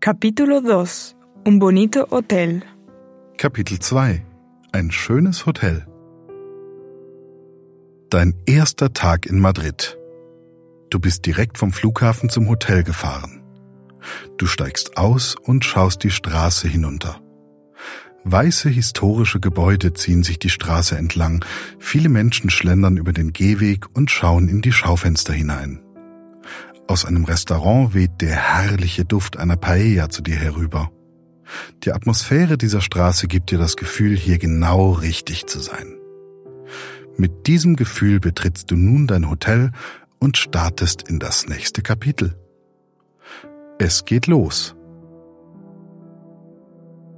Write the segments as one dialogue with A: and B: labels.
A: Capítulo 2. Un bonito hotel.
B: Kapitel 2 Ein schönes Hotel Dein erster Tag in Madrid. Du bist direkt vom Flughafen zum Hotel gefahren. Du steigst aus und schaust die Straße hinunter. Weiße historische Gebäude ziehen sich die Straße entlang, viele Menschen schlendern über den Gehweg und schauen in die Schaufenster hinein. Aus einem Restaurant weht der herrliche Duft einer Paella zu dir herüber. Die Atmosphäre dieser Straße gibt dir das Gefühl, hier genau richtig zu sein. Mit diesem Gefühl betrittst du nun dein Hotel und startest in das nächste Kapitel. Es geht los.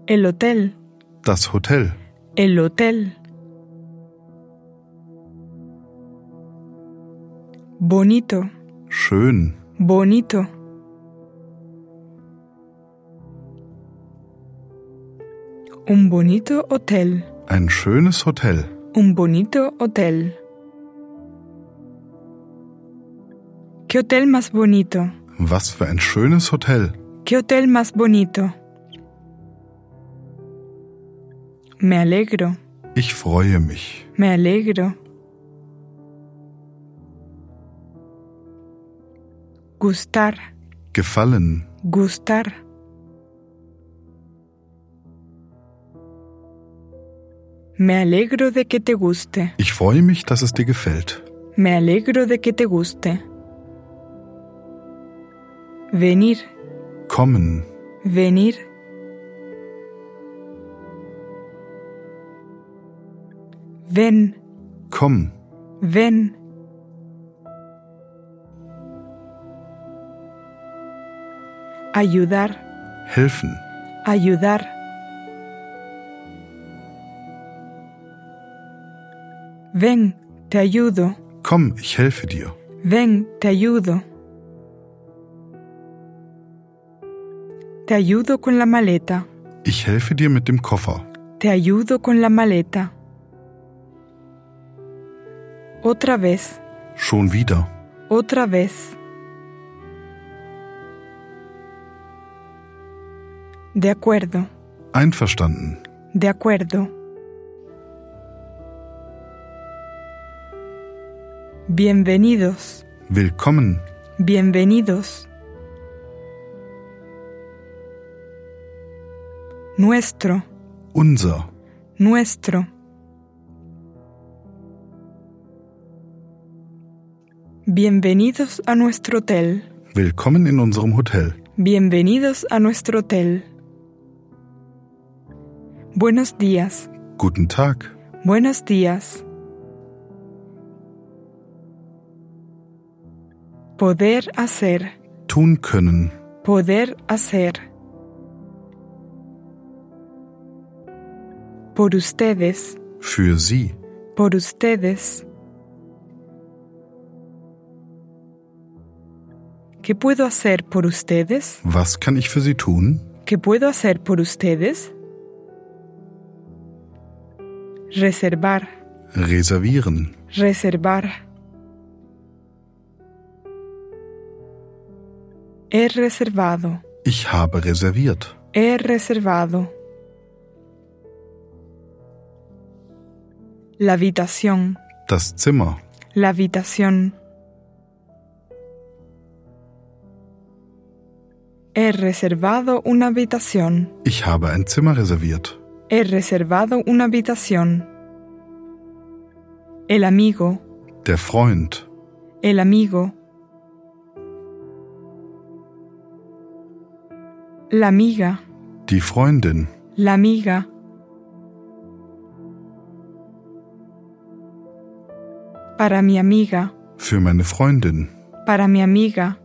A: El hotel.
B: Das Hotel.
A: El hotel. Bonito.
B: Schön.
A: Bonito. Un bonito hotel.
B: Ein schönes Hotel.
A: Un bonito hotel. ¿Qué hotel más bonito?
B: Was für ein schönes Hotel.
A: ¿Qué hotel más bonito? Me alegro,
B: Ich freue mich.
A: me alegro. Gustar,
B: Gefallen.
A: gustar. Me alegro de que te guste,
B: Ich freue mich, dass es dir gefällt.
A: me alegro de que te guste. Venir,
B: Kommen.
A: Venir. Ven,
B: Komm.
A: ven. Ayudar,
B: Helfen.
A: ayudar. Ven, te ayudo.
B: Komm, ich helfe dir.
A: Ven, te ayudo. Te ayudo con la maleta.
B: Ich helfe dir mit dem Koffer.
A: Te ayudo con la maleta. Otra vez,
B: Schon wieder.
A: otra vez. De acuerdo,
B: Einverstanden.
A: de acuerdo. Bienvenidos,
B: Willkommen.
A: bienvenidos. Nuestro,
B: Unser.
A: nuestro. Bienvenidos a nuestro hotel.
B: Willkommen in unserem Hotel.
A: Bienvenidos a nuestro hotel. Buenos días.
B: Guten Tag.
A: Buenos días. Poder hacer.
B: Tun können.
A: Poder hacer. Por ustedes.
B: Für sie.
A: por ustedes. ¿Qué puedo hacer por ustedes?
B: Was kann ich für sie tun?
A: ¿Qué puedo hacer por ustedes? Reservar,
B: Reservieren.
A: reservar. He reservado,
B: Ich habe reserviert.
A: he reservado. La habitación.
B: Das Zimmer.
A: La habitación. He reservado una habitación.
B: Ich habe ein Zimmer reserviert.
A: He reservado una habitación. El amigo.
B: Der Freund.
A: El amigo. La amiga.
B: Die Freundin.
A: La amiga. Para mi amiga.
B: Für meine Freundin.
A: para mi amiga.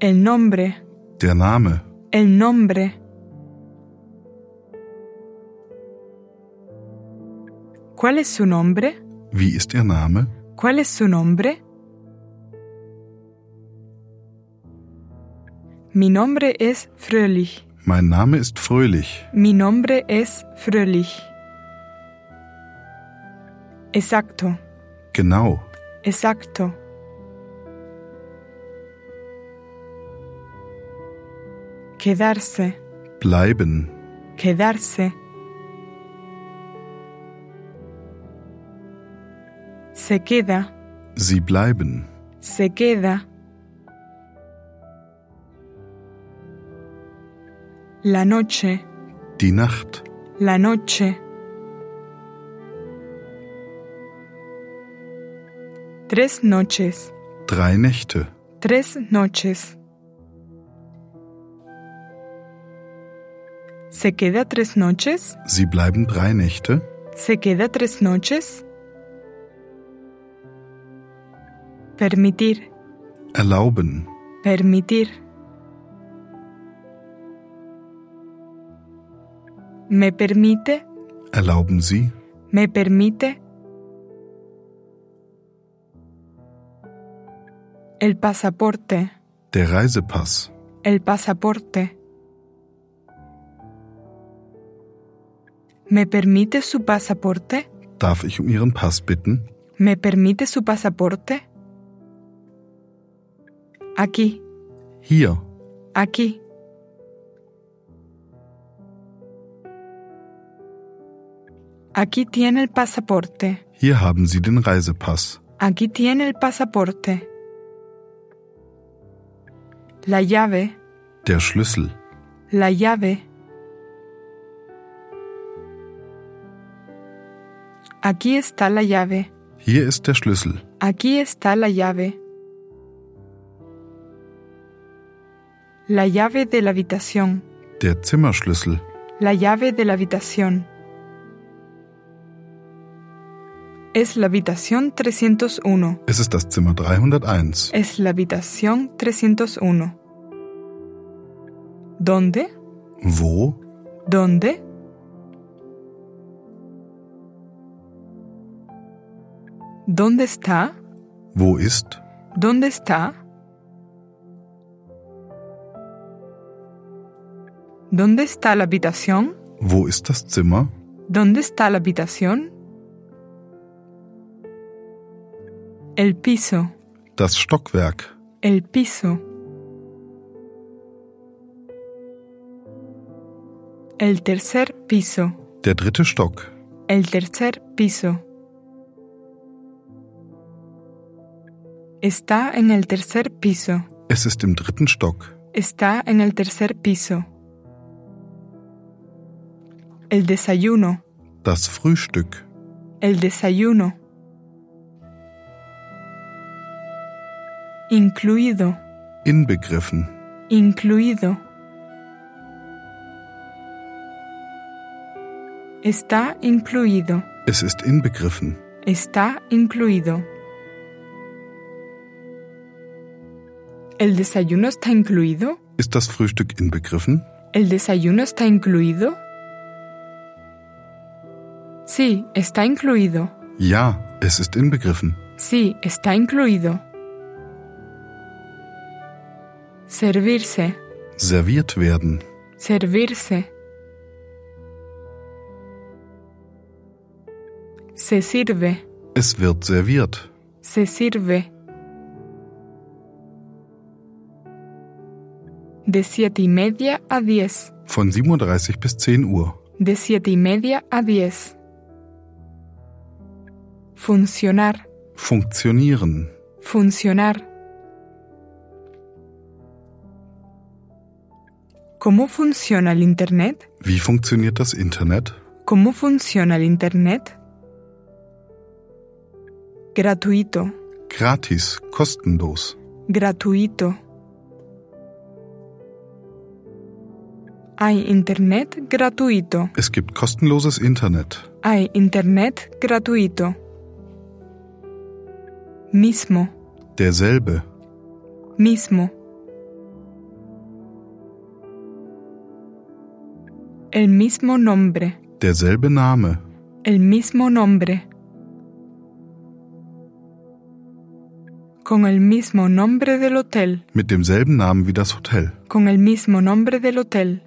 A: El nombre,
B: Der Name.
A: el nombre. ¿Cuál es su nombre?
B: Wie ist ihr Name?
A: ¿Cuál es su nombre? Mi nombre es Fröhlich.
B: Mein Name ist Fröhlich.
A: Mi nombre es Fröhlich. Exacto.
B: Genau.
A: Exacto. quedarse,
B: bleiben,
A: quedarse. Se queda,
B: sie bleiben,
A: se queda. La noche,
B: die Nacht,
A: la noche. Tres noches,
B: drei Nächte,
A: tres noches. ¿Se queda tres noches?
B: sie bleiben drei Nächte,
A: ¿Se queda tres noches? Permitir,
B: erlauben,
A: permitir. ¿Me permite?
B: erlauben sie,
A: ¿Me permite? El pasaporte,
B: der Reisepass,
A: el pasaporte. ¿Me permite su pasaporte?
B: darf ich um ihren Pass bitten,
A: ¿Me permite su pasaporte? Aquí,
B: hier,
A: aquí. Aquí tiene el pasaporte.
B: hier haben sie den Reisepass,
A: Aquí tiene el pasaporte. La llave,
B: der Schlüssel,
A: la llave. Aquí está la llave.
B: hier ist der Schlüssel,
A: Aquí está la llave. La llave de la habitación.
B: der Zimmerschlüssel,
A: La llave de la habitación. Es la habitación 301.
B: es ist das Zimmer 301,
A: Es la habitación 301. ¿Dónde?
B: wo,
A: ¿Dónde? ¿Dónde está?
B: wo ist,
A: ¿Dónde está? ¿Dónde está la habitación?
B: wo ist das Zimmer,
A: ¿Dónde está la habitación? El piso,
B: das Stockwerk,
A: el piso. El tercer piso,
B: der dritte Stock,
A: el tercer piso. Está en el tercer piso.
B: es ist im dritten Stock,
A: Está en el tercer piso. El desayuno.
B: das Frühstück,
A: El desayuno. Incluido.
B: inbegriffen,
A: Incluido. Está incluido.
B: es ist inbegriffen,
A: Está incluido. ¿El desayuno está incluido?
B: ist das Frühstück inbegriffen,
A: ¿El desayuno está incluido? Sí, está incluido.
B: ja, es ist inbegriffen,
A: Sí, está incluido. Servirse,
B: serviert werden,
A: servirse. Se sirve,
B: es wird serviert,
A: se sirve. De siete y media a diez.
B: von 7.30 bis 10 Uhr,
A: de siete y media a 10. Funcionar,
B: funktionieren,
A: funcionar. ¿Cómo funciona el Internet?
B: wie funktioniert das Internet,
A: ¿Cómo funciona el Internet? Gratuito,
B: gratis, kostenlos,
A: gratuito. Hay Internet gratuito.
B: es gibt kostenloses Internet,
A: Hay Internet gratuito. Mismo,
B: derselbe,
A: mismo. El mismo nombre,
B: derselbe Name,
A: el mismo nombre. Con el mismo nombre del hotel,
B: mit demselben Namen wie das Hotel,
A: con el mismo nombre del hotel.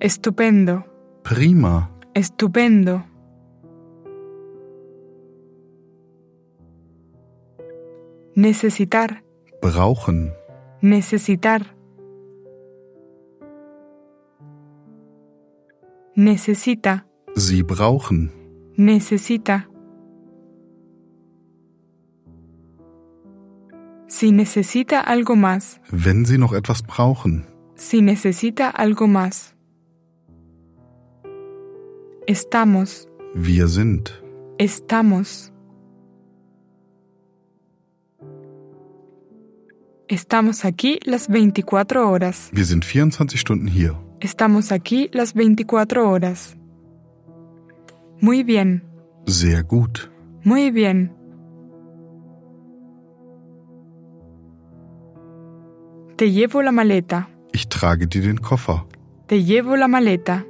A: Estupendo.
B: prima,
A: Estupendo. Necesitar,
B: brauchen,
A: necesitar. necesita,
B: Sie brauchen
A: necesita. Si necesita algo más,
B: wenn Sie noch etwas brauchen.
A: si necesita algo más. Estamos,
B: Wir sind.
A: estamos. Estamos aquí las 24 horas.
B: Wir sind 24 Stunden hier.
A: Estamos aquí las 24 horas. Muy bien,
B: Sehr gut.
A: muy bien. Te llevo la maleta,
B: Ich trage dir den Koffer.
A: te llevo la maleta.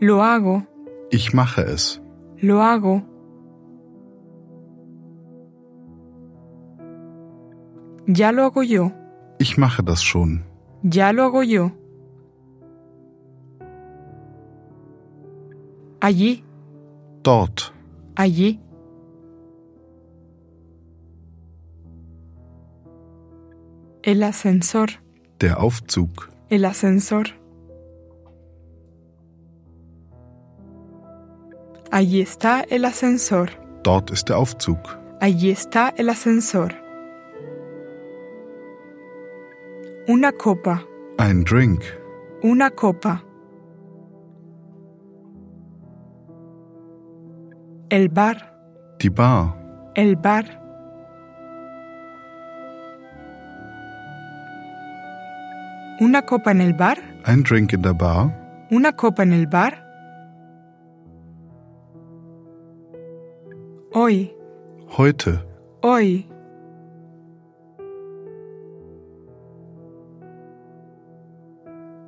A: Lo hago,
B: Ich mache es.
A: lo hago. Ya lo hago yo.
B: Ich mache das schon.
A: Ya lo hago yo. Allí,
B: Dort.
A: allí. El ascensor,
B: Der Aufzug.
A: el ascensor. Allí está el ascensor,
B: Dort ist der Aufzug.
A: allí está el ascensor. Una copa.
B: Ein Drink.
A: Una copa. El bar,
B: Die Bar.
A: el bar. Una copa en el bar,
B: Ein Drink in der Bar.
A: una copa en el bar. Hoy,
B: Heute.
A: hoy.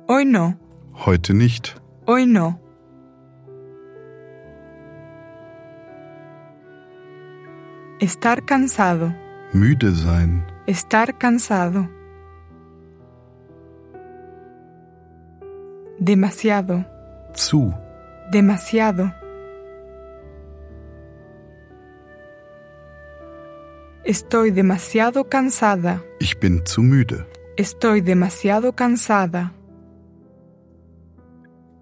A: Hoy no.
B: Heute nicht.
A: Hoy no. Estar cansado,
B: Müde sein.
A: estar cansado. Demasiado,
B: Zu.
A: demasiado. Estoy demasiado cansada,
B: Ich bin zu müde.
A: estoy demasiado cansada.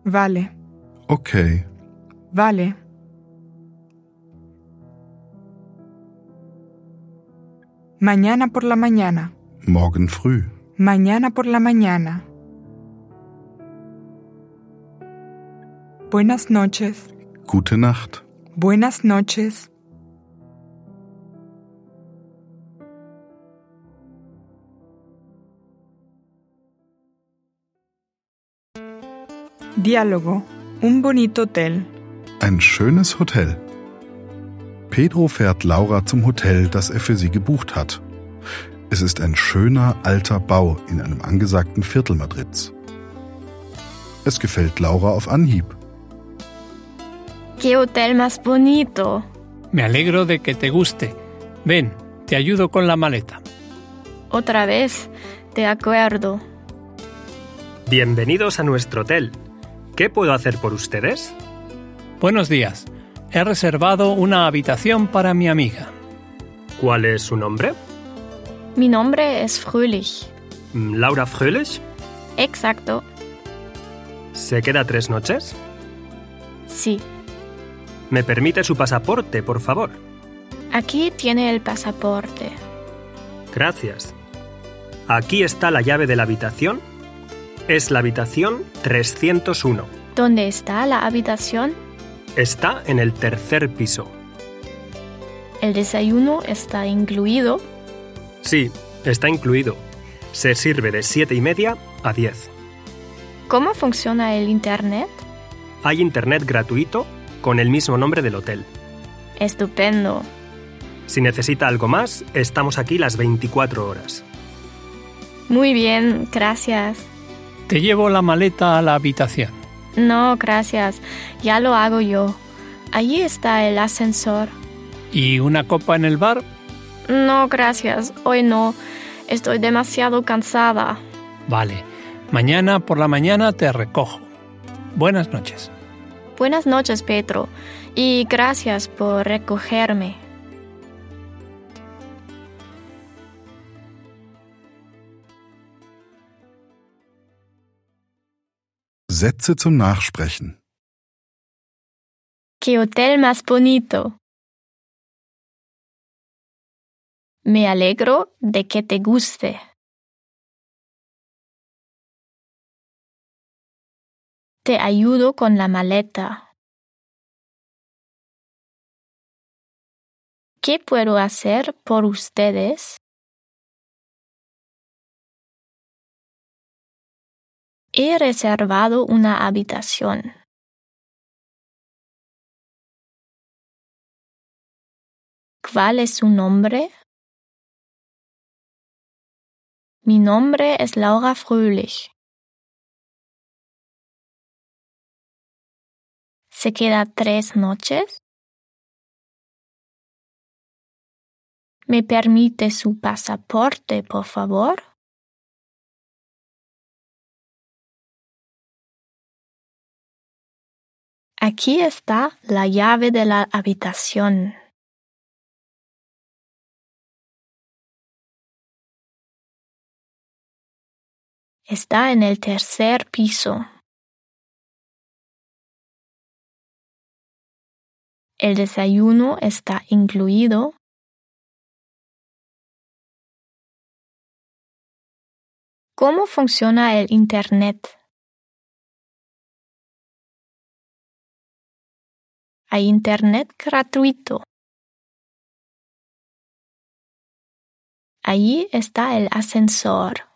A: Vale.
B: Okay.
A: Vale. Mañana por la mañana.
B: Morgen früh.
A: Mañana por la mañana. Buenas noches.
B: Gute Nacht.
A: Buenas noches. Diálogo. Un bonito hotel.
B: Ein schönes Hotel. Pedro fährt Laura zum Hotel, das er für sie gebucht hat. Es ist ein schöner alter Bau in einem angesagten Viertel Madrids. Es gefällt Laura auf Anhieb.
C: ¡Qué hotel más bonito!
D: Me alegro de que te guste. Ven, te ayudo con la maleta.
C: Otra vez, de acuerdo.
E: Bienvenidos a nuestro hotel. ¿Qué puedo hacer por ustedes?
D: Buenos días. He reservado una habitación para mi amiga.
E: ¿Cuál es su nombre?
C: Mi nombre es Fröhlich.
E: Mm, Laura Fröhlich.
C: Exacto,
E: ¿Se queda tres noches?
C: sí.
E: ¿Me permite su pasaporte, por favor?
C: Aquí tiene el pasaporte.
E: Gracias. Aquí está la llave de la habitación. Es la habitación 301.
C: ¿Dónde está la habitación?
E: Está en el tercer piso.
C: El desayuno está incluido.
E: Sí, está incluido. Se sirve de 7 y media a 10.
C: ¿Cómo funciona el internet?
E: Hay internet gratuito con el mismo nombre del hotel.
C: Estupendo.
E: Si necesita algo más, estamos aquí las 24 horas.
C: Muy bien, gracias.
D: Te llevo la maleta a la habitación.
C: No, gracias. Ya lo hago yo. Allí está el ascensor.
D: ¿Y una copa en el bar?
C: No, gracias. Hoy no. Estoy demasiado cansada.
D: Vale. Mañana por la mañana te recojo. Buenas noches.
C: Buenas noches, Pedro, y gracias por recogerme.
B: Sätze zum Nachsprechen.
C: ¡Qué hotel más bonito! Me alegro de que te guste. Te ayudo con la maleta. ¿Qué puedo hacer por ustedes? He reservado una habitación. ¿Cuál es su nombre? Mi nombre es Laura Fröhlich. ¿Se queda tres noches? ¿Me permite su pasaporte, por favor? Aquí está la llave de la habitación. Está en el tercer piso. El desayuno está incluido. ¿Cómo funciona el Internet? Hay Internet gratuito. Allí está el ascensor.